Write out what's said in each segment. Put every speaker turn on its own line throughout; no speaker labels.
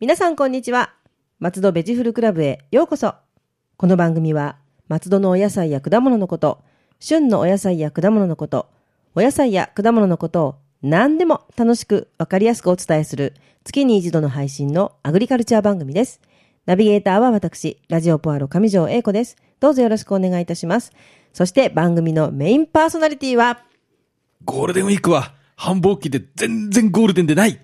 皆さんこんにちは。松戸ベジフルクラブへようこそ。この番組は、松戸のお野菜や果物のこと、旬のお野菜や果物のこと、お野菜や果物のことを何でも楽しくわかりやすくお伝えする月に一度の配信のアグリカルチャー番組です。ナビゲーターは私、ラジオポアロ上条英子です。どうぞよろしくお願いいたします。そして番組のメインパーソナリティは、
ゴールデンウィークは繁忙期で全然ゴールデンでない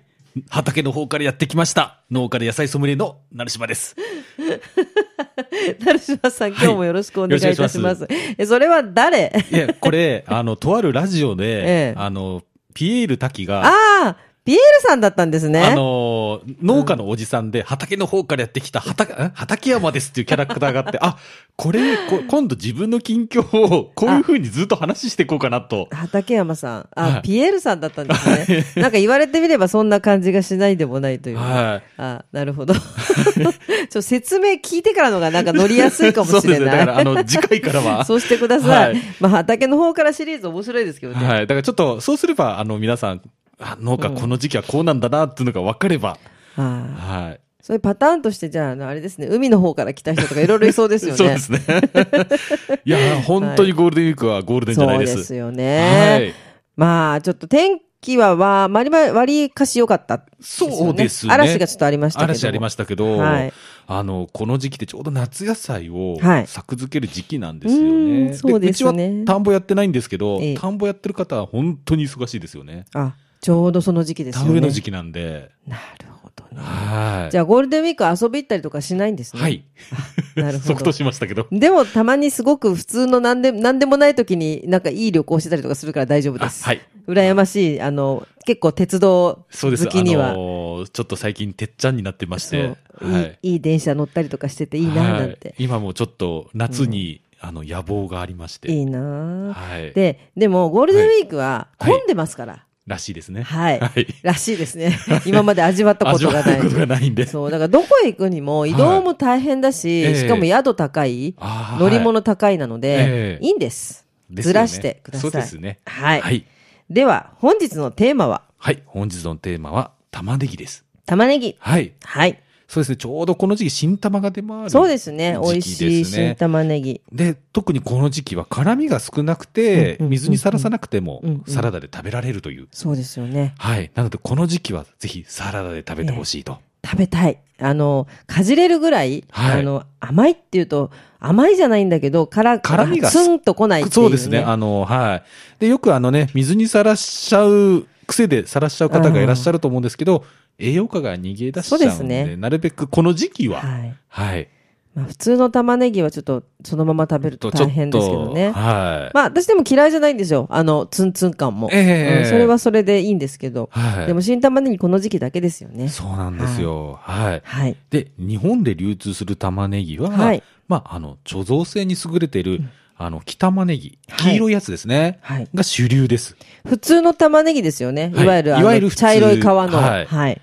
畑の方からやってきました。農家で野菜ソムリエの成島です。
成島さん、今
はい
日もよろしくお願いいたします。
よろしく
え、それは誰
いや、こ れ、あの、とあるラジオ
ええ
で、あの、ピエール滝が、
ああ、ピエールさんだったんですね。
あの、農家のおじさんで畑の方からやってきた畑、ん畑山ですっていうキャラクター があって、あ、これ、こ今度自分の近況をこういう風にずっと話していこうかなと。
畠山さん。あ、
はい
ピエールさんだったんですね。なんか言われてみればそんな感じがしないでもないという。
はい。
あ、なるほど。ち ょっと説明聞いてからのがなんか乗りやすいかもしれ
そうですね。だ
な
か
い。
ら、あの、次回から は。
そうしてください。
はい
まあ、畑の方からシリーズ面白いですけどね。
はい。だからちょっと、そうすれば、あの、皆さん、あ農家この時期はこうなんだなっていうのが分かれば、
ああ
はい。
そういうパターンとして、じゃああの、あれですね、海の方から来た人とかいろいろいそうですよね。
そうですね。 いや、本当にゴールデンウィークはゴールデンじゃないです。
そうですよね。
はい。
まあ、ちょっと天気は、まあ、割り割りかし良かったですよね、
そうですね。
嵐がちょっとありましたけど。
嵐ありましたけど、
はい
あの、この時期ってちょうど夏野菜を
はい
作付ける時期なんですよね。
うんそうですね
うちは田んぼやってないんですけど、
ええ
田んぼやってる方は本当に忙しいですよね。
あ、ちょうどその時期です
田
よね。
植えの時期なんで。
なるほどね。
はい。
じゃあ、ゴールデンウィーク遊び行ったりとかしないんですね。
は。い。
なるほ
即答
ど。
しましたけど。
でも、たまにすごく普通のなんで、なんでもない時に、なんかいい旅行してたりとかするから大丈夫です。
あはい。
羨ましい。あの、結構鉄道
そ
好
うです。
きに
あ
は。
のーちょっと最近、てっちゃんになってまし
そ
て
う。
はい。
いい、いい電車乗ったりとかしてていいな、なん
はい
て。
今もちょっと夏に、あの、野望がありまして。
いいな
はい。
で、でも、ゴールデンウィークは
はい
混んでますから。
らしいですね。
はい。
はい。
らしいですね。 今まで味わったこ
味
とが
わうこ
ない。
とがないんで。
そう、だからどこへ行くにも移動も大変だし、
はいええ
しかも宿高い、
あー
乗り。
はい
物高いなので
え、え
いいんです。
です
ず
よね
らしてください。
そうですね
はい。
はい。
では、本日のテーマは、
はい。本日のテーマは、玉ねぎです。
玉ねぎ。
はい。
はい。
そうですね。ちょうどこの時期、新玉が出回る。
そうですね。美
時
味
期
しい
ですね
新玉ねぎ。
で、特にこの時期は辛みが少なくて、
うんうん
水にさらさなくても
うんうん、
サラダで食べられるという。
そうですよね。
はい。なので、この時期はぜひサラダで食べてほしいと。
食べたい。あの、かじれるぐらい、
はい
あの、甘いっていうと、甘いじゃないんだけど、辛、
辛みが
スンと来ないっていう、ね。
そうですね。あの、はい。で、よくあのね、水にさらしちゃう、癖でさらしちゃう方がいらっしゃると思うんですけど、栄養価が逃げ出しちゃ
そ
う
うで
ので、
すね
なるべくこの時期は、はい。
はい。まあ、普通の玉ねぎはちょっと、そのまま食べると大変ですけどね。
はい。
まあ、私でも嫌いじゃないんですよ。あの、ツンツン感も。
ええ
うんそれはそれでいいんですけど。
はい。
でも、新玉ねぎこの時期だけですよね。
そうなんですよ。はい。
はい。
で、日本で流通する玉ねぎは、
はい
まあ、あの、貯蔵性に優れている、あの、木玉ねぎ、黄色いやつですね。
はい
が主流です。
普通の玉ねぎですよね。
はい
いわゆる、あ
いわゆ
の
る普通
茶色い皮の。は。
はいい
はい。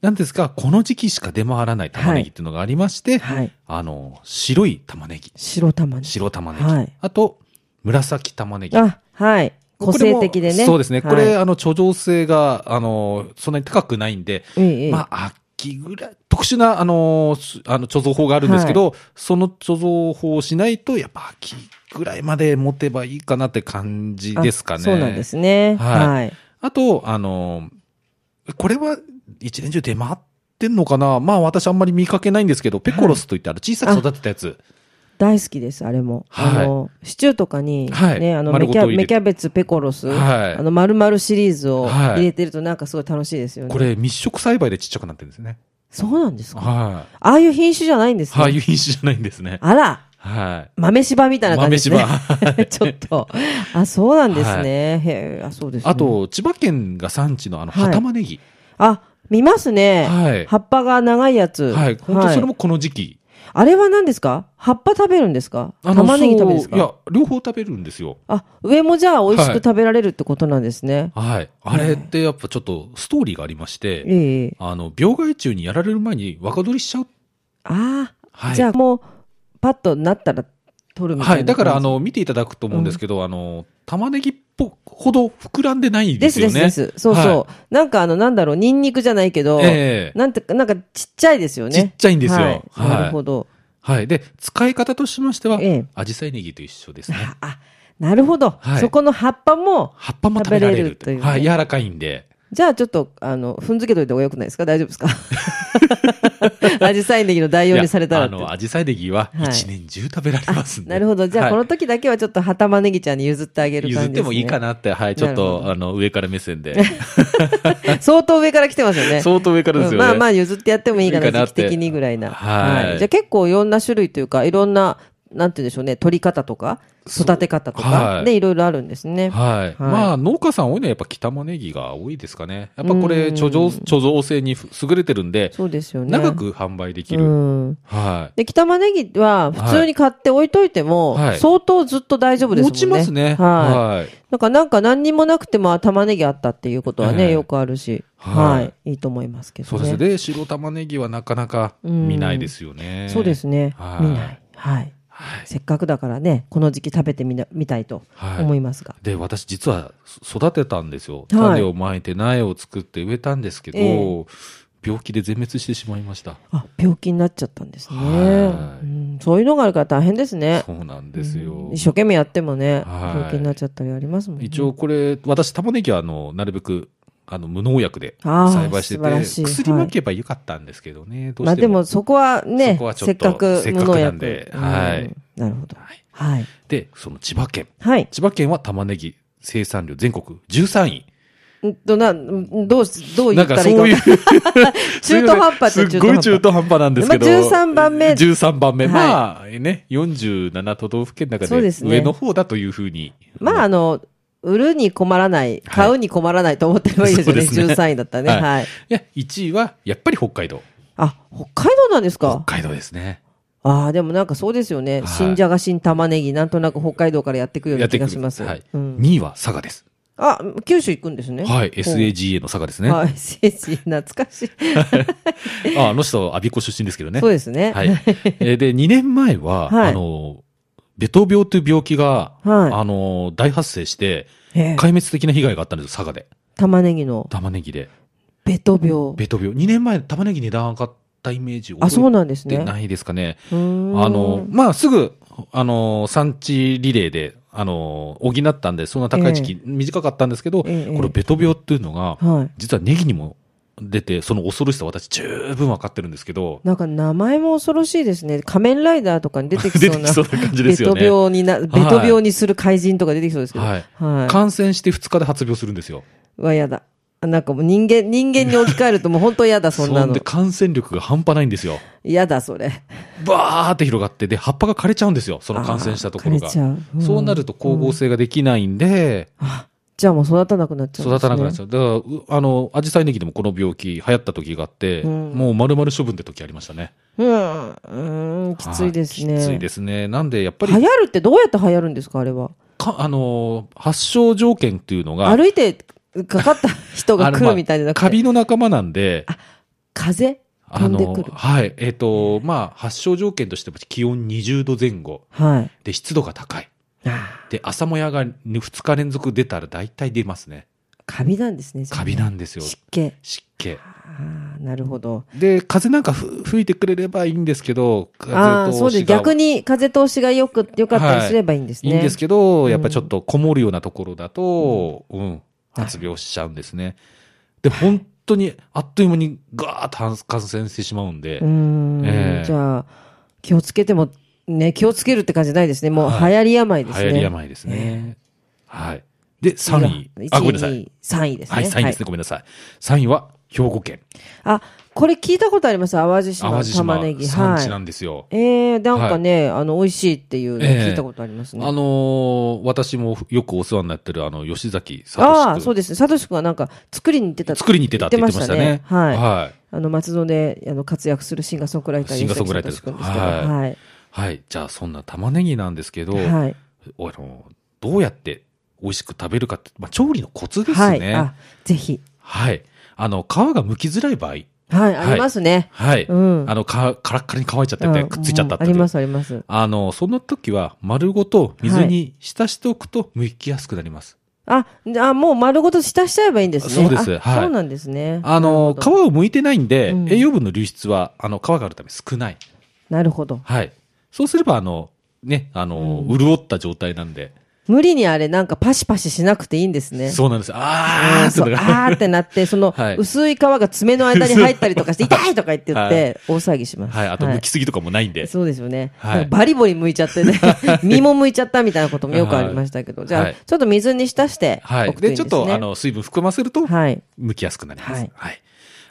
なんですが、この時期しか出回らない玉ねぎっていうのがありまして、あの、白い玉ねぎ。
白玉ねぎ。
白玉ねぎ、
はい
あと紫玉ねぎ
あ、はい。個性的で
これ
ね。
もそうですね、これ
は
あの貯蔵性があのそんなに高くないんで、
い、ええ
まあ秋ぐらい特殊なあのすあの貯蔵法があるんですけど、その貯蔵法をしないとやっぱ秋ぐらいまで持てばいいかなって感じ
あ
ですかね
そうなんですね。
はい
はい。
あとあのこれは一年中出回ってんのかなまあ私あんまり見かけないんですけどペコロスといってあの小さく育てたやつ、
大好きです、あれも。
はい
あの、シチューとかに、
はい
ね、あの、芽
丸ご
キ
と
ャ
入れて
芽キャベツ、ペコロス、
はい
あの、丸々シリーズを
はい
入れてるとなんかすごい楽しいですよね。
これ密植栽培でちっちゃくなってるんですね
そうなんですか
はい
ああいう品種じゃないんですね。
はい、いう品種じゃないんですね。
あら、
は
豆柴みたいな感じですね。
豆
ちょっと。あ、そうなんですね。へえ、あ、そうで
い。
すね。
あ、と、千葉県が産地のあの、
はい
葉玉ねぎ。
あ、見ますね。
はい
葉っぱが長いやつ。
はい。本当それもこの時期。
あれは何ですか葉っぱ食べるんですか
あの
玉ねぎ食べるんです
そうい
か
や、両方食べるんですよ。
あ、上もじゃあ美味しく
はい
食べられるってことなんですね。
はい。あれってやっぱちょっとストーリーがありまして、
ええ。
あの、病害虫にやられる前に若取りしちゃう。
ああ、
はい
じゃあもう、パッとなったら取るみたいな
はい。だから、あ
感じ
の、見ていただくと思うんですけど、あの、玉ねぎっぽほど膨らんでない
で
ですす
で
よ
す
ね。
です。そうそう。
は
なんかあの、なんだろう、ニンニクじゃないけど、
ええ
なんてか、なんかちっちゃいですよね。
ちっちゃいんですよ
はい
はい
なるほど。
はい。で、使い方としましては
ええ、
アジサイネギと一緒ですね。
ああ、なるほど、
はい
そこの葉っぱも、
葉っぱも食べられる
食べれるというね
はい。柔らかいんで。
じゃあちょっと、あの、踏んづけといた方がよくないですか大丈夫ですか アジサイネギの代用にされたら
い
っ
や
て
あの、アジサイネギは
はい
一年中食べられますんで。
なるほど。じゃあ、
はい
この時だけはちょっと、はたまねぎちゃんに譲ってあげる
譲
感
っ
じです、ね。
てもいいかなって、はい。ちょっ
なるほ
と、あの、上から目線で。
相当上から来てますよね。
相当上からですよね。
まあまあ譲ってやってもいいか
いいか
な、
な
時
っ
期
て
的にぐらいな。
はい
じゃあ結構いろんな種類というか、いろんな、なんて言うんでしょうね、取り方とか、
そう
育て方とか、
はい
で、いろいろあるんですね。
はい。
い
まあ、農家さん多いのはやっぱ木玉ねぎが多いですかね。やっぱこ
う
れ、
ん
貯蔵、貯蔵性に優れてるんで、
そうですよね。
長く販売でき
う
る。
ん。
は
で、北玉ねぎは、普通に買って置いといても、
はい
相当ずっと大丈夫
い。
ですもん
持
ね。
ちますね。
はい。
はい。
なんか、なんか何にもなくても、あ玉ねぎあったっていうことはね、
ええ
よくあるし、は、
はいい
い。いと思いますけどね。
そうですね。で、白玉ねぎはなかなか見ないですよね。
そうですね。
はい
見ない。はい。
はい。
せっかくだからね、この時期食べてみなみたいと
はい
思いますが。
で、私実はそ育てたんですよ。
はい
種をまいて苗を作って植えたんですけど、
ええ
病気で全滅してしまいました。
あ、病気になっちゃったんですね。
は
う
い
ん、そういうのがあるから大変ですね。
そうなんですよ。
一生懸命やってもね、
はい
病気になっちゃったりありますもんね。
一応これ、私、玉ねぎは、あの、なるべく、あの、無農薬で
あー
栽培して
素晴ら
て、
しい
薬まけばよかったんですけどね、どう
まあ
して
で
も。
もそこはね、
そこはちょ
せ
っ
っか
と
く無農薬
せっかくなんではい
うんなるほど。
はい
はい。
で、その千葉県。
はい。
千葉県は玉ねぎ生産量全国13位。
うんと、な、うんどうし、どう言
な
っ
ん
た
からそ
いいか
う
分
い
か
う。
んない。 中途半端
す
っ
っ
て中途半端
ごい中途半端なんですけど。
まあ13番目
13番目。
はい
まあ、ね、47都道府県の中
そうで
です
ね
上の方だというふうに。
まああの、売るに困らない、買うに困らないと思ってもいいですよね。
そうですね
13位だったらね。
はい
はい。
いや、1位は、やっぱり北海道。
あ、北海道なんです
北
か
海道ですね。
ああ、でもなんかそうですよね。
はい
新じゃが、新玉ねぎ、なんとなく北海道からやってくるよう
や
な
っ
気
てく
が
る。
します。
はい。
うん
2位は佐賀です。
あ、九州行くんですね。
はい。
ほう
SAGA の佐賀ですね。
はい、聖地、懐かしい。
ああの人、阿鼻子出身ですけどね。
そうですね。
はい。えーで、2年前は、
はい
あの、ベト病という病気が、
はい
あの、大発生して、
ええ
壊滅的な被害があったんですよ、佐賀で。
玉ねぎの
玉ねぎで。
ベト病。
ベト病。2年前、玉ねぎ値段上がったイメージ
あ、そう
覚
なんです
えて
ね。
ないですかね。
うーん
あの、、まあ、すぐ、あの、産地リレーで、あの、補ったんで、そんな高い時期、短かったんですけど、
ええ
このベト病っていうのが、
はい。
実はネギにも出て、その恐ろしさ私十分わかってるんですけど、
なんか名前も恐ろしいですね。仮面ライダーとかに出てきそう
出て
な。
きそうな感じですよ
ベ
ね
ト病にな、ベト病にする怪人とか出てきそうですけど。
はい
は
感染して2日で発病するんですよ。
い。はやだ。あなんかもう人間、人間に置き換えるともう本当やだ、そんな
そん
の
で。感染力が半端ないんですよ。
やだ、それ。
バーって広がって、で、葉っぱが枯れちゃうんですよ。その感染したところ
あー枯れ
が。
ちゃううん
そうなると光合成ができないんで、
あじゃあもう育たなくなっちゃうんですね。
育たなくなっちゃう。だからう、あの、アジサイネギでもこの病気流行った時があって、
うん
もう丸々処分って時ありましたね。
うん、うーん、きついですね。
はきついですね。なんで、やっぱ
流行
り、
るってどうやって流行るんですか、あれは。
かあの、発症条件っていうのが、
歩いてかかった人が
あの
来るみたいじゃなく
まあカ
て、
ビの仲間なんで、
風飛んでくる。
はい、えっ、と、まあ、発症条件としても気温20度前後、
はい。
で、湿度が高い。
あ
で、朝もやが2日連続出たら大体出ますね。
ーカビなんですね。
カビなんですよ。
湿気。
湿気。
あーなるほど。
で、風なんかふ吹いてくれればいいんですけど、風
ああー、そう
通
です。
しが
逆に風通しがよく、よかったりすればいいんです
い
ね。
いんですけ
う
ど、
ん
やっぱちょっとこもるようなところだと、うん、発病しちゃうんですね。で、本当にあっという間にガーッと感染してしまうんで、
うーん、
ええ
じゃあ、気をつけても、ね、気をつけるって感じじゃないですね。もう流
はい
行り病ですね。
流行り病ですね。はい。で、3位。
1
あ、ごめんなさい。
位、3位ですね。
はい、3位ですね。ごめんなさい。3位は兵庫県。
あ、これ聞いたことあります。淡路島
淡路島
玉ねぎ。
産
は
地
い
な。んですよ。
えー、なんかね、あの、美味しいっていうの
ええ
聞いたことありますね。
あのー私もよくお世話になってるあの、吉崎
あ
聡
あ、
君
そうですね。サトシ君はなんか、作りに行ってた
作りに行ってたって言ってましたね。
言ってましたねはい
はい。
あの、松戸で、あの、活躍するシンガーソングライター
シンガーソングライター
で
ですす
け
か
ど。はい。
はいじゃあ、そんな玉ねぎなんですけど、
はい。
おあのどうやって美味しく食べるかって、まあ、調理のコツです
はい。
ね。は
あ
い。、
ぜひ。
あの、皮が剥きづらい場合、
はい、
はい
ありますね。
はい。
うん
あの、か、カラッカラに乾いちゃって
う
て、
ん
くっついちゃったって
あ
いう。
ります、あります。
あの、その時は丸ごと水に浸しておくと剥きやすくなります。
あ、あ、もう丸ごと浸しちゃえばいいんですね。
そうです
あ
はい
そうなんですね。
あの、
なる
皮
ほど
を剥いてないんで、
うん
栄養分の流出は、あの、皮があるため少ない。
なるほど。
はい。そうすれば、あの、ね、あの、
うん
潤った状態なんで。
無理にあれ、なんかパシパシしなくていいんですね。
そうなんです。
あー
あーって
そ
の
う
が
あーってなって、その
はい
薄い皮が爪の間に入ったりとかし て、痛いとか言って言って、大騒ぎします。
はい。あと、剥きすぎとかもないんで。
そうですよね。
はい
なんかバリボリ剥いちゃってね、身も剥いちゃったみたいなこともよくありましたけど、
はい
じゃあ、
はい
ちょっと水に浸して
は
お
い。
くといいんで
で、
す
ちょっ
ね。
と、あの、水分含ませると、
はい。
剥きやすくなります。
は
はいい。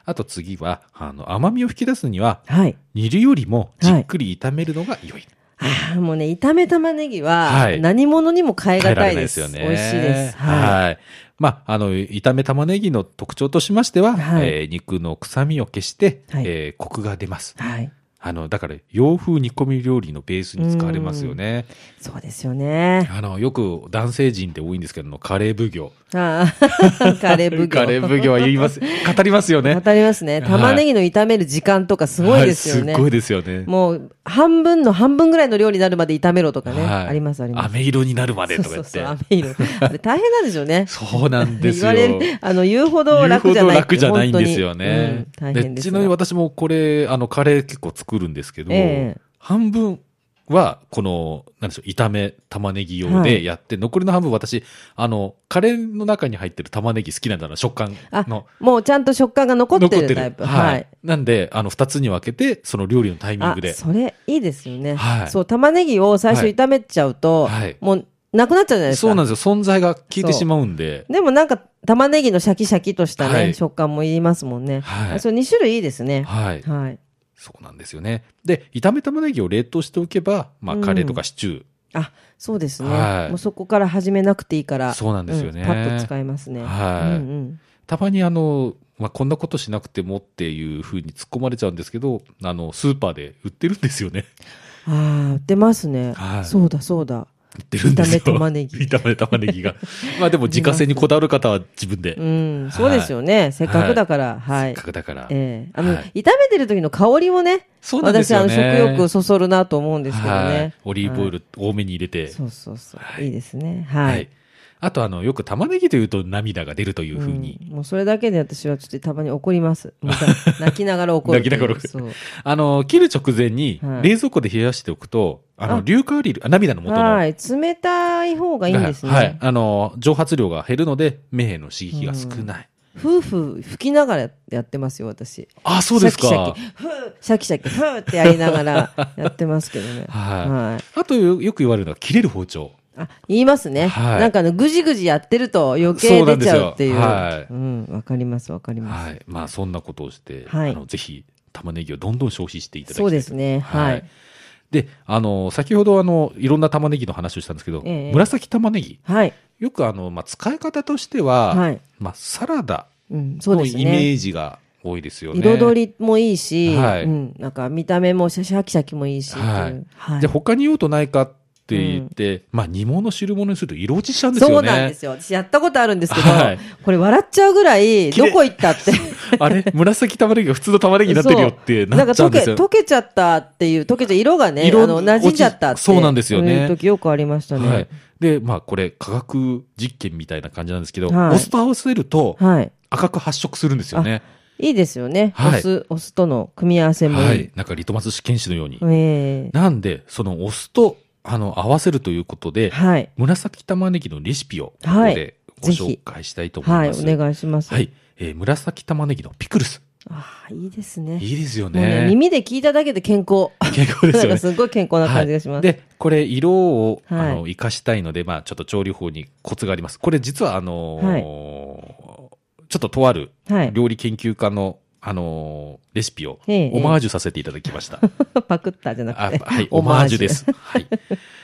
あと次は、あの、甘みを引き出すには、
はい。
煮るよりも、じっくり炒めるのが良い。
ああ、もうね、炒め玉ねぎは
は、い
何物にも変え
変え
が
ら
たい
れない
で。
ですすよね。
美味しいです。は
はい。まあ、あの、炒め玉ねぎの特徴としましては、
はい
えー肉の臭みを消して、
はい
えーコクが出ます
い。。はい。
あの、だから、洋風煮込み料理のベースに使われますよね。
そうですよね。
あの、よく男性陣で多いんですけども、カレー奉行。
ああ、 カレー奉行。
カレー奉行は言います、語りますよね
当。たりますね。
はい
玉ねぎの炒める時間とかすごいですよ
は
ね。
すごいですよね。
もう、半分の半分ぐらいの量になるまで炒めろとかね。
はい
あります、あります。
飴色になるまで
そう
とか
そ
言
う
っ
そう、
て。
飴色。あれ大変なんですよね。
そうなんです
言
よ
わ。れ る、あの、言うほど楽じゃない。
言うほど楽じゃないんですよね。
本当にうん、大変です
ち
が。
なみに私もこれ、あの、カレー結構作るんですけど、
ええ
半分は、この、なんでしょう、炒め玉ねぎ用でやって、残りの半分私、あの、カレーの中に入ってる玉ねぎ好きなんだな、食感
あ
の。、
もうちゃんと食感が残ってるタイプ。
はい。。なんで、あの、二つに分けて、その料理のタイミン
あ
グで。
それいいですよね、
はい
そう玉ねぎを最初
はい
炒めちゃうと、
はい
もうなくなっちゃうじゃないですか
そうなんですよ。存在が消えてしまうんで。
でもなんか玉ねぎのシャキシャキとしたね、
はい
食感も言いますもんね、
はい
あそれ2種類いいですね
はい。
はい
そうなんですよね。で、炒め玉ねぎを冷凍しておけば、まあ、カレーとかシチュー、
あそうですね、
はい
もうそこから始めなくていいから
そうなんですよね
パッと使えますね
はい
うんうん、
たまにあの、まあ、こんなことしなくてもっていうふうに突っ込まれちゃうんですけど、あの、スーパーで売ってるんですよね。
ああ売ってますね、
はい
そうだそうだ
売ってるんですよ。
炒め玉ねぎ
炒め玉ねぎが。 まあでも自家製にこだわる方は自分で。
うんそうですよね、せっかくだからはい、
せっかくだから。
ええあの、
はい
炒めてる時の香りもね、
そうなんですよね
私、あの、食欲をそそるなと思うんですけど
は
ね
い。オリーブオ
ル。
イル多めに入れて。
そうそうそう。
はい
いいですね。はい。
あとあの、よく玉ねぎというと涙が出るというふうに。
うんもうそれだけで私はちょっとたまに怒ります。もう さ泣きながら怒る。
泣きながら怒る
そう。
あの、切る直前に
はい
冷蔵庫で冷やしておくと、あ
あ
の、硫化アリル、あ涙の元の。
はい。冷たい方がいいんですね。
はい。あの、蒸発量が減るので、目への刺激が少ない。
夫婦吹きながらやってますよ、私。
あ、そうですか。。
シャキシャキ、ふー、シャキシャキ、ふーってやりながらやってますけどね
はい。
はい。
あとよよく言われるのは、切れる包丁。
あ、言いますね。
はい
なんかあの、ぐじぐじやってると余計
そうな
出
んで
ち
すよ
ゃうっていう。
は
うん、わかります、わかります。
はい。まあ、そんなことをして、
はい
あの、ぜひ、玉ねぎをどんどん消費していただきたい。
そうですね、はい。
で、あの、先ほど、あの、いろんな玉ねぎの話をしたんですけど、
ええ
紫玉ねぎ。
はい。
よく、あの、まあ、使い方としては、
はい
まあ、サラダ
うん、そう
の
です
イメ
ね。
ージが多いですよね。
彩りもいいし、
はい
うん、なんか見た目もシャシャキシャキもいいしっていう、
はい
はい
じゃあ他に用途ないかって言って、まあ煮物汁物にすると色落ちしちゃうんですよね。
そうなんですよ。私やったことあるんですけど、
はい
これ笑っちゃうぐらい、
綺麗
どこ行ったって。
あれ紫玉ねぎが普通の玉ねぎになってるよって
そうな
なん
か
っちゃう
溶
んで
け、
すよ。
溶けちゃったっていう、溶けちゃ色がね、
色
あの、馴染んじゃったって。
落ちそうなんですよね
そういう時よくありましたね。は
はいい。。で、まあこれ化学実験みたいな感じなんですけど、
はい
お酢と合わせると赤く発色するんですよね。
いいですよね。
はい
お酢、お酢との組み合わせもいい。
はい。なんかリトマス試験紙のように。
ええ
なんで、そのお酢とあの合わせるということで、
はい。
紫玉ねぎのレシピをここ
はい
でご紹介したいと思
はいい、
ます。
お願いします。
はい。えー紫玉ねぎのピクルス。
ああ、いいですね。
いいですよ
もうね、
ね。
耳で聞いただけで健康。
結構です
なん
よ
か
ね。
すごい健康な感じがします。
はい、で、これ、色を、
はい
あの、活かしたいので、まあ、ちょっと調理法にコツがあります。これ、実は、あのー
はい
ちょっととある
はい。
料理研究家の、あのーレシピを、
ええ
オマージュさせていただき ました。
パクったじゃな
あ
くて。
はい、オマージュで。す。はい。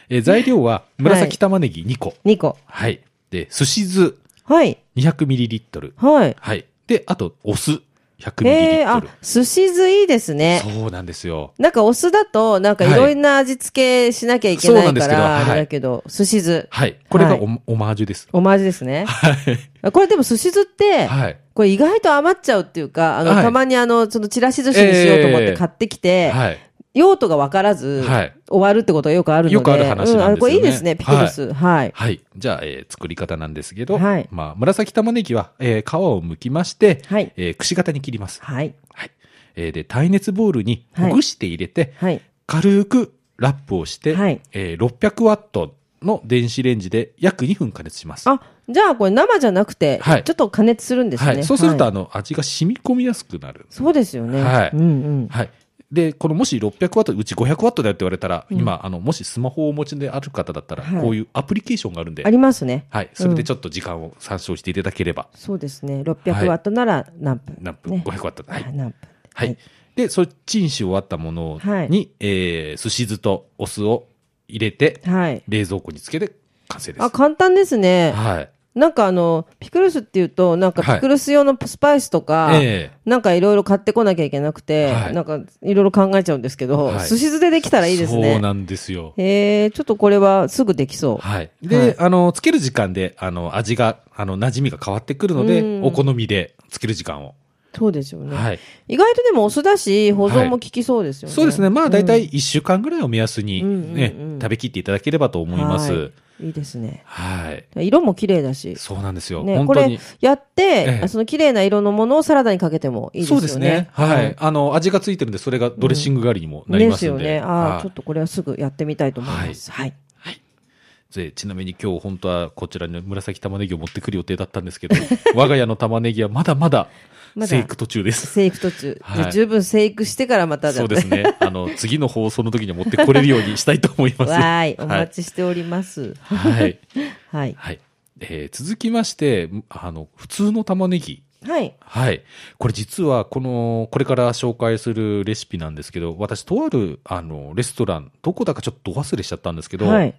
えー材料は、紫玉ねぎ2個。
2個。
はい。で、すし酢
はい。
200ml。
はい。
はい。で、あと、お酢
へえ、あ
100ml。、
寿司酢いいですね。
そうなんですよ。
なんかお酢だと、なんかいろんな味付けしなきゃいけ
そう
な
ないんで
か
すけど
ら、
はい
あれだけど、寿司酢。
はい。これが
は
オマオマージュです。
オマージュですね。
はい。
これでも寿司酢って、
はい。
これ意外と余っちゃうっていうか、あの、
はい
たまにあの、そのチラシ寿司にしようと思って
ええ
買ってきて、
はい。
用途が分からず、
はい
終わるってことがよくあるので。
よくある話なんですよね
うん、あのこれいいですね、ピクルス。はい。
はい。じゃあ、えー作り方なんですけど、
はい
まあ、紫玉ねぎは、えー皮を剥きまして、
はい。
えーくし形に切ります。
はい。
はい。えーで、耐熱ボウルに
はい
ほぐして入れて、
はい。
軽くラップをして、
はい
えー600ワットの電子レンジで約2分加熱します。
あ、じゃあこれ生じゃなくて、
はい
ちょっと加熱するんですね。
はい。そうすると、
はい
あの、味が染み込みやすくなる。
そうですよね。
はい
うんうん。
はい。で、このもし600ワット、うち500ワットだよって言われたら、今、あの、もしスマホをお持ちである方だったら、
はい
こういうアプリケーションがあるんで、
ありますね。
はい。それでちょっと時間を参照していただければ、
そうですね。
は
600
い
ワットなら何分、
何分、
ね
?500 ワット。はい
あ。何分。
はい。で、そっちにし終わったものに、
はい
えー、すし酢とお酢を入れて、
はい。
冷蔵庫につけて完成です。
あ、簡単ですね。
はい。
なんかあの、ピクルスっていうと、なんか
はい
ピクルス用のスパイスとか、
ええ
なんかいろいろ買ってこなきゃいけなくて、
はい
なんかいろいろ考えちゃうんですけど、
はい
すし酢でできたらいいです
そう
ね。
なんですよ。
えー、ちょっとこれはすぐできそう。
はい。で、
はい
あの、つける時間で、あの、味が、あの、馴染みが変わってくるの
う
で、
ん
お好みでつける時間を。
そうですよね。
はい。
意外とでもお酢だし、保存も効きそうですよね。
そうですね。まあ、大体1週間ぐらいを目安に、ね
うんうんうん、
食べきっていただければと思います。
はい。いいですね。
はい。
色も綺麗だし。
そうなんですよ。
ね、
本
こ
当に
れ。やって、
ええ
その綺麗な色のものをサラダにかけてもいいです
そ
よ
う
ね。
ですね。はい。。あの、味がついてるんで、それがドレッシング代わりにもなり
で
ますす
よ
ん
ね。
で。
あ
は
あ、
い
ちょっとこれはすぐやってみたいと思います。はい。
でちなみに今日本当はこちらに紫玉ねぎを持ってくる予定だったんですけど、我が家の玉ねぎはまだまだ
まだ
生育途中です。
生育途中。
はい
十分生育してからまただ
そうです。ね。あの、次の放送の時には持ってこれるようにしたいと思います。
わーい。お
は
待ち
い。
しております。
はい。
はい。
はい。えー続きまして、あの、普通の玉ねぎ。
はい。
はい。これ実は、この、これから紹介するレシピなんですけど、私、とある、あの、レストラン、どこだかちょっとお忘れしちゃったんですけど、
はい。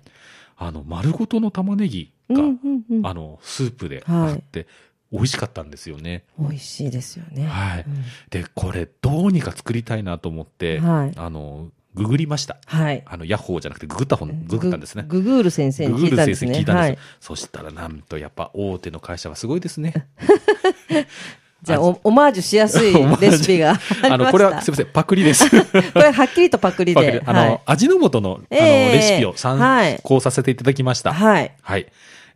あの、丸ごとの玉ねぎ
う
が、
んうんうん。
あの、スープであって、美味しかったんですよね。
美味しいですよね。
はい。
うん
で、これ、どうにか作りたいなと思って、
はい
あの、ググりました。
はい。
あの、ヤッホーじゃなくて、ググった本、ググったんですね。
グググール先生に
ググ
聞い
る
たんで
先
す
生
ね。
聞いたんですよ。
はい。
そしたら、なんと、やっぱ、大手の会社はすごいですね。
じゃあ、おオマージュしやすい レシピが ありました。
あの、これは、すみません、パクリです。
これはっきりとパクリ
パクリ
で。
あの、
はい。
味の素の、あの、
ええ
レシピを参考させていただきました。はい。
はい。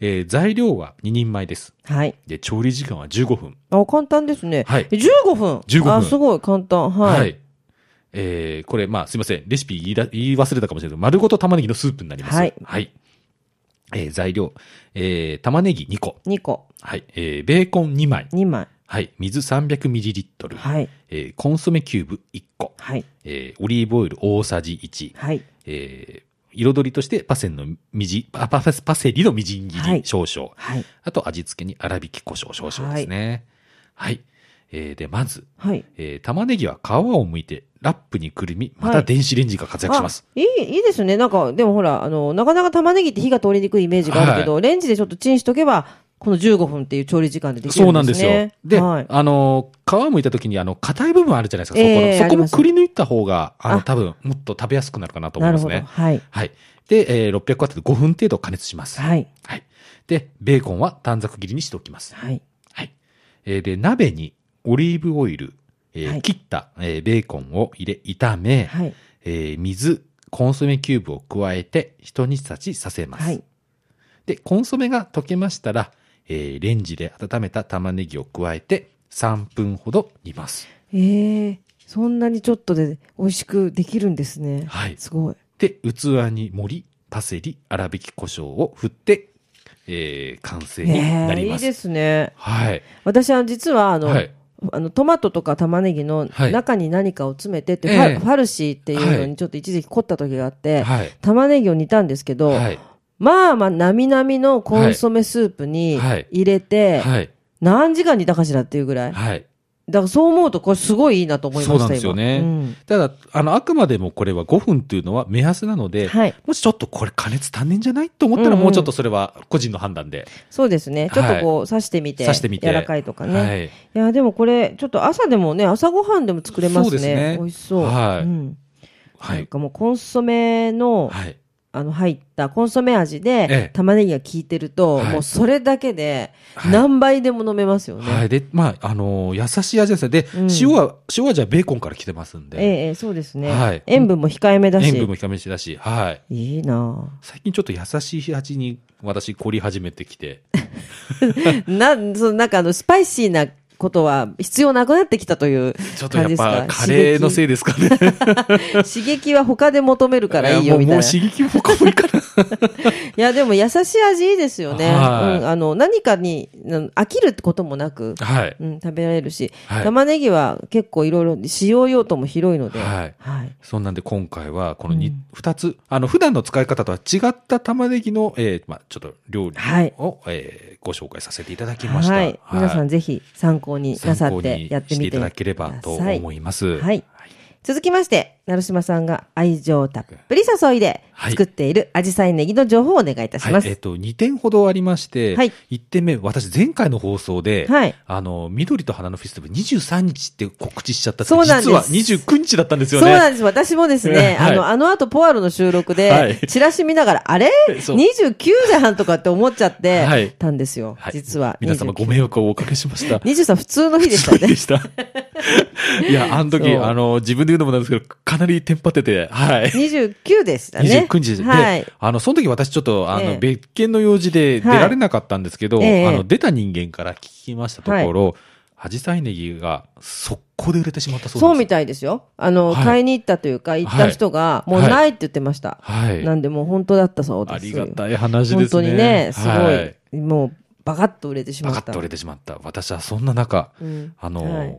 えー材料は2人前です。
はい。
で、調理時間は15分。
あ、簡単ですね。
はい
15分。
15分
あ、すごい簡単。はい。はい。
えーこれ、まあ、すいません。レシピ言いだ言い忘れたかもしれないけど、丸ごと玉ねぎのスープになります。
はい
えー材料。えー玉ねぎ2個。
2個、
はい。えーベーコン2枚。
2枚。
はい。水 300ml。
はい。
えーコンソメキューブ1個。
はい。
えーオリーブオイル大さじ1。
はい。
えー彩りとしてパセンのみじ、あパセパセリのみじん切
はい
り少々。
はい。
あと味付けに粗挽き胡椒少々ですね。はい。えーで、まず、
はい。
えー玉ねぎは皮を剥いて、ラップにくるみ、また電子レンジが活躍します。
あいい、いいですね。なんか、でもほら、あの、なかなか玉ねぎって火が通りにくいイメージがあるけど、レンジでちょっとチンしとけば、この15分っていう調理時間でできるんですね。
そうなんですよ。で、
はい。
あのー、皮むいた時に、あの、硬い部分あるじゃないですか、
ええ
そこの。そこ
ありま
も
す
くり抜いた方が、あの、
あ
多分、もっと食べやすくなるかなと思
ないる
ます
ほど。
ね。
はい。
はい。で、えー600ワットで5分程度加熱します。
はい。
はい。で、ベーコンは短冊切りにしておきます。
はい。
はい。えーで、鍋にオリーブオイル、えー
はい
切った、えーベーコンを入れ、炒め、
はい。
えー水、コンソメキューブを加えて、一煮立ちさせます。
はい。
で、コンソメが溶けましたら、えーレンジで温めた玉ねぎを加えて、3分ほど煮ます。
えー、そんなにちょっとで美味しくできるんですね。
はい
すごい。
で、器に盛り、パセリ、粗挽き胡椒を振って、えー完成
え
になり
ー、い
ま
い
す。
ですね。
はい。
私は実は、あの、
はい。
あのトマトとか玉ねぎの
はい
中に何かを詰めてって、
ええ
ファファルシーっていうの
は
にちょっと一時期凝った時があって、
はい。
玉ねぎを煮たんですけど、
はい。
まあまあ、なみなみのコンソメスープに
はい
入れて、
はい。
何時間煮たかしらっていうぐらい。
はい。
だからそう思うと、これすごいいいなと思いました、
そうなんですよね
今うん
ただ、あの、あくまでもこれは5分というのは目安なので、
はい。
もしちょっとこれ加熱足んねんじゃないと思ったら、
うんうん
もうちょっとそれは個人の判断で
そうですね。ちょっとこう、刺してみて、
刺してみて。
柔らかいとかね。、
はいい。
や、でもこれ、ちょっと朝でもね、朝ごはんでも作れますね。
そうですね
美味しそう。
はい
うん
は
なん
い。
かもうコンソメの、
はい。
あの入ったコンソメ味で、
ええ
玉ねぎが効いてると、
はい
もうそれだけで
はい
何倍でも飲めますよね。
はい。で、まあ、あのー優しい味ですね。で、
うん
塩は、塩味はベーコンから来てますん
ええ
で、
ええそうですね、
はい
塩分も控えめだし。
塩分も控めしだし、はい。
いいな
最近ちょっと優しい味に私凝り始めてきて、
ぁなん、そのなんかあの、スパイシーなことは必要なくなってきたという
ちょっとや
感じで
っ
すか
ぱカレーのせいですかね。
刺激刺 激は他で求めるからいいよみたい
もう
な。
刺激もかもいいかな。
いや、でも優しい味いいですよね。う
はい
ん、あの、何かにうん飽きるってこともなく、
はい。
うん、食べられるし、
はい
玉ねぎは結構いろいろ使用用途も広いので、
はい
はい。
そんなんで今回はこの
う
2,
ん
二つ、あの、普段の使い方とは違った玉ねぎの、えー、まあちょっと料理
はい
を、えーご紹介させていただきました。
はい皆さんぜひ参考になさ
参
っ
考
て
に
やって
して
み
い
て
た
く
だ
だ
ければと
さ
思
い。
います。
はい続きまして、成島さんが愛情たっぷり注いで
はい
作っているアジサイネギの情報をお願いいたしま
はいえっ
す。
と、2点ほどありまして、
はい
1点目、私、前回の放送で、
はい
あの、緑と花のフェスティバル23日って告知しちゃったけど
そうなんです
実は29日だったんです
そ
よ
う
ね。
なんです。私もですね、
は
あ
い
の、あの後、ポアロの収録
は
で
い、
チラシ見ながら、あれ
そう
?29 時半とかって思っちゃって、
はい
たんですよ。
はい
実は。
皆様
29
ご迷惑をおかけしました。
23普通の日でしたね。
そうでしたいや、あの時、
そう
あの、自分で言うのもなんですけど、かなりテンパってて、はい。
29でしたね。
29時で、
はい。
あの、その時私ちょっと、あの、
ええ
別件の用事で出られなかったんですけど、
はいええ
あの、出た人間から聞きましたところ、アジサイネギが速攻で売れてしまったそう
そう
なん
み
です。
たいですよ。あの、
はい
買いに行ったというか、行った人が、
い
もうないって言ってました。
はい。
なんで、もう本当だったそうです。
ありがたい話で
本
すね。
当にね、すごい、
はい。
もう、バカッと売れてしまっ
バ
た。
カッと売れてしまった。私はそんな中、
うん
あの、
はい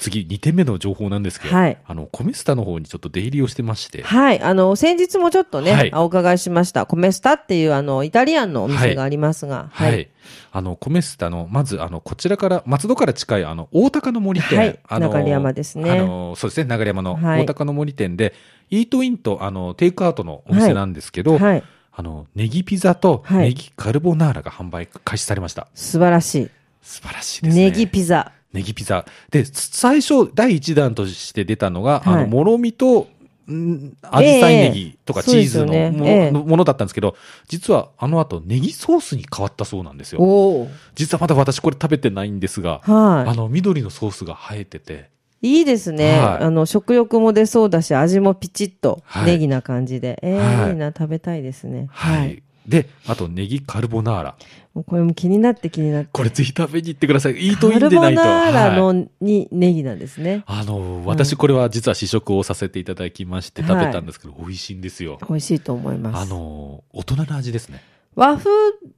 次、2点目の情報なんですけど、
はい
あの、コメスタの方にちょっと出入りをしてまして、
はい。あの、先日もちょっとね、
はい
あお伺いしました。コメスタっていう、あの、イタリアンのお店がありますが。
はい。。あの、コメスタの、まず、あの、こちらから、松戸から近い、あの、大高の森店。
はい
あの
流山ですね
あの、そうですね、流山の
はい
大高の森店で、イートインと、あの、テイクアウトのお店なんですけど、
はい。
あの、ネギピザと、
はい
ネギカルボナーラが販売開始されました。
素晴らし
素晴らしい
い。
ですね。
ネギピザ。
ネギピザ。で、最初、第1弾として出たのが、
はい
あの、もろみと、んアジサイネギとか
そ
チ
うで
ー
す
ズ
よ
のも,、
ねええ
ものだったんですけど、実はあの後、ネギソースに変わったそうなんですよ。
おお。
実はまだ私これ食べてないんですが、あ
は
の、緑のソースが生えてて、
い。いいですね。
はい
あの、食欲も出そうだし、味もピチッと、
はい
ネギな感じで。えー
はい
いいな、食べたいですね。
はい。。で、あと、ネギカルボナーラ。
もうこれも気になって気になって。
これぜひ食べに行ってください。イートイ
カ
ン
ル
で
ボ
ないと。
ナーラ
はい
のにネギなんですね。
あの、私これは実は試食をさせていただきまして食べたんですけど、美味しいんですよ。
美味しいと思いま
あ
す。
の、大人の味ですね。
和風っ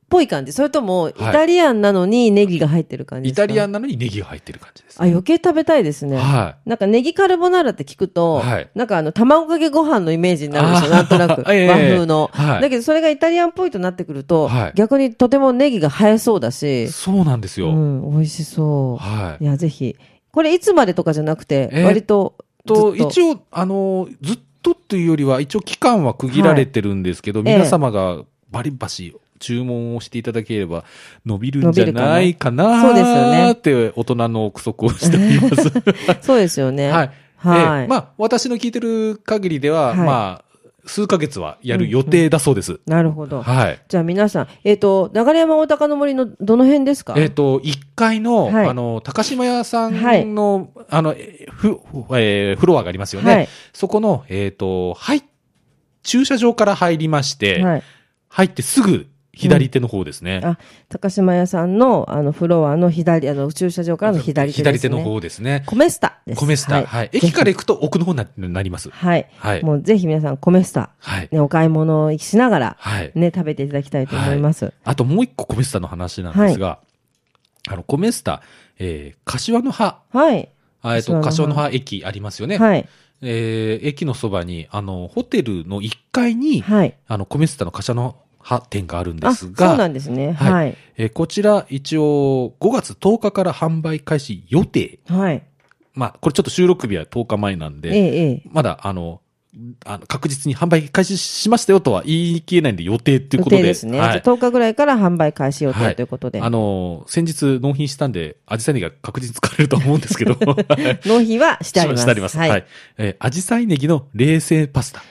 ぽい感じそれとも、イタリアンなのにネギが入ってる感じ
イ
ですか
タリアンなのにネギが入ってる感じです。
あ、余計食べたいですね。
は
なんかネギカルボナーラって聞くと、
はい
なんかあの卵かけご飯のイメージになるんですよ、
あ
なんとなく。
ええ
和風の、
はい
だけどそれがイタリアンっぽいとなってくると、
はい
逆にとてもネギが映えそうだ
い。
し、
そうなんです
う
よ。
ん、美味しそう。
はい
い、。や、ぜひ。これいつまでとかじゃなくて、
えー
割とずっと
と、一応、あの、ずっとというよりは、一応期間は区切られてるんですけど、
はい
皆様がバリバシ注文をしていただければ、伸びるんじゃないかな
伸びるかな
ーって、大人の憶測をしております。
そうですよね。
はい。
はい
ええまあ、私の聞いてる限りでは、
はい
まあ、数ヶ月はやる予定だそうです。
なるほど。
はい。
じゃあ皆さん、えっ、と、流山大高の森のどの辺ですか
えっ、と、1階の、
はい
あの、高島屋さんの、あの、えふ、えーフロアがありますよね。
はい
そこの、えっ、と、はい、駐車場から入りまして、
はい。
入ってすぐ左手の方ですね。
あ、高島屋さんの、あの、フロアの左、あの、駐車場からの左手です、ね。
左手の方ですね。
コメスタです。
コメスタ、はい。
ぜひ
駅から行くと奥の方にななります。
はい。
はい。
もうぜひ皆さん、コメスタ、
はい。
ね、お買い物をしながら、
はい。
ね、食べていただきたいと思います。
あともう一個コメスタの話なんですが、あの、コメスタ、えー、柏の葉、
はい。
あえっ
柏の
と、
葉
柏の葉駅ありますよね。
はい。
えー駅のそばに、あの、ホテルの1階に、
はい。
あの、コメスタの柏の葉店があるんで
あ、
す
そう
が、
なんですね。は。
はいえーこちら一応5月10日から販売開始予定。
はい。
まあ、これちょっと収録日は10日前なん
ええ
で、、
ええ。
まだあの、あの確実に販売開始しましたよとは言い切れないんで予定っていう
予
こと
定
で。
ですね。じゃ
は
あ
い
10日ぐらいから販売開始予
は
定ということで。
あのー、先日納品したんで、アジサイネギが確実に使われると思うんですけど、はい
納品はしてあります。
してあります。はい。えーアジサイネギの冷製パスタ。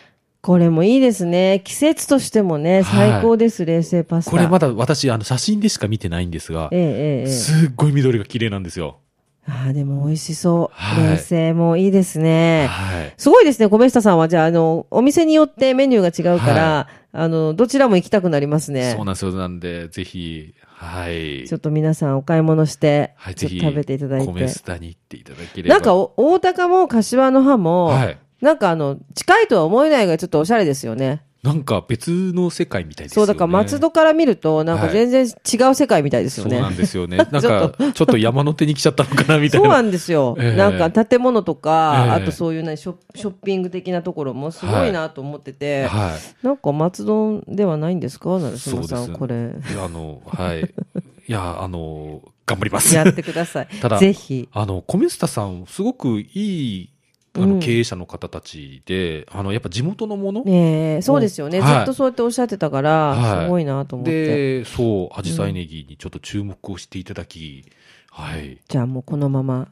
これもいいですね。季節としてもね、
はい
最高です、冷製パスタ。
これまだ私、あの、写真でしか見てないんですが
え、えええええ。
すっごい緑が綺麗なんですよ。
ああ、でも美味しそう。
はい
冷製もいいですね。
はい。
すごいですね、小林田さんは。じゃあ、あの、お店によってメニューが違うから、
は
あの、どちらも行きたくなりますね。
そうなんですよ。なんで、ぜひ、はい。
ちょっと皆さんお買い物して、
はい、
ち
ぜ
ょっと
ひ、
食べていただい
米
て。
スタに行っていただければ。
なんか、お大高も柏の葉も、
はい。
なんかあの、近いとは思えないがちょっとおしゃれですよね。
なんか別の世界みたいです
そ
よね。
う、だから松戸から見ると、なんか
はい
全然違う世界みたいですよね。
そうなんですよね。なんか、ち
ちょっ
ょっと山の手に来ちゃったのかな、みたい
そう
な。
なんですよ。
ええ
なんか建物とか、
ええ
あとそういうねショショッピング的なところもすごいなと思ってて、
はい。
なんか松戸ではないんですか成島さ、
そうんです
これ。
いや、あの、はい。いや、あの、頑張ります。。
やってください
ただ
ぜひ。
あの、コメスタさん、すごくいい、あ
うん
の、経営者の方たちで、あの、やっぱ地元のもの、
ねえ、そうですよね。ず
はい
っとそうやっておっしゃってたから、
はい
すごいなと思って。
で、そう、アジサイネギにちょっと注目をしていただき、はい。
じゃあもうこのまま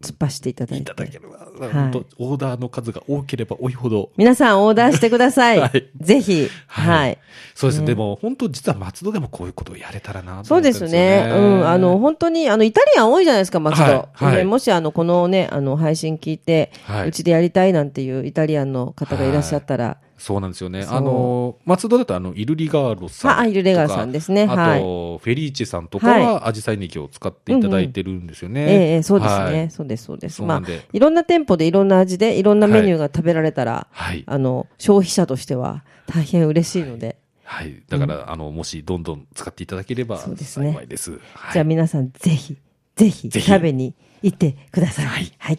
突っ走っていただい
い
て
た。だければ、
い
本当オーダーの数が多ければ多いほど、
皆さんオーダーしてください。
はい
ぜひ。
は
はい
そうですね。
ね
でも、本当実は松戸でもこういうことをやれたらなと
そう
思った
で
ん
すね。うん。あの、、本当に、あの、イタリアン多いじゃないですか、松戸。
はいはい
ねもし、あの、このね、あの、配信聞いて、
は
う
い。
ちでやりたいなんていうイタリアンの方がいらっしゃったら、
そうなんですよね。
そう
あの、松戸だと、あの、イルリガーロさんと
あ
か。
あイルリガーロさんですねは
あ
い
と、フェリーチェさんとかは、アジサイネギを使っていただいてるんですよね。
ええええそうですね、
はい。
そうです、そうです。
そう
ま
な
あ
んで、
いろんな店舗でいろんな味で、いろんなメニューが食べられたら、
はい。
あの、消費者としては大変嬉しいので、
はい。だから、あの、もし、どんどん使っていただければ
そうですね
幸いです。はい
じゃあ皆さんぜひ、ぜひ
ぜひ
食べに行ってください。
はい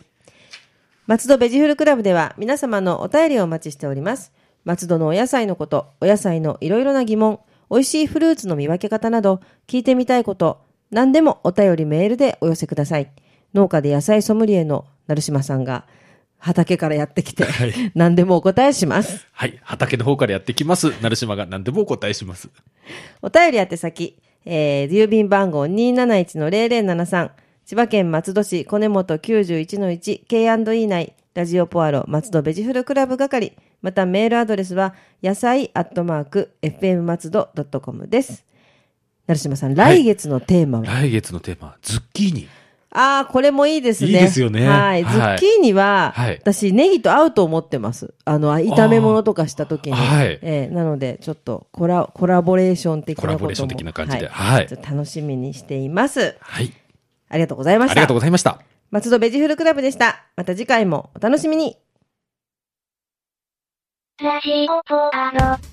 松戸ベジフルクラブでは皆様のお便りをお待ちしております。松戸のお野菜のこと、お野菜のいろいろな疑問、美味しいフルーツの見分け方など、聞いてみたいこと、何でもお便りメールでお寄せください。農家で野菜ソムリエの成島さんが畑からやってきて、
はい
何でもお答えします。
はい。畑の方からやってきます。成島が何でもお答えします。
お便り宛先、えー、郵便番号271-0073、千葉県松戸市金本91-1、K&E 内、ラジオポアロ松戸ベジフルクラブ係、またメールアドレスは、野菜アットマーク、fm 松戸 .com です。成島さん、
はい
来月のテーマは、
来月のテーマ、ズッキーニ。
ああ、これもいいですね。
いいですよね
はい。ズ
は
ッ
い
キーニは、
はい
私、ネギと合うと思ってます。あの、あ炒め物とかした時に。
あーはい
えーなので、ちょっとコラ、コラボレーション的なことも
コラボレーション的な感じではい
ちょっと楽しみにしています。
はい。
ありがとうございま
あ
し
りが
た。
とうございました。
松戸ベジフルクラブでした。また次回もお楽しみに。
ラジオポアロ。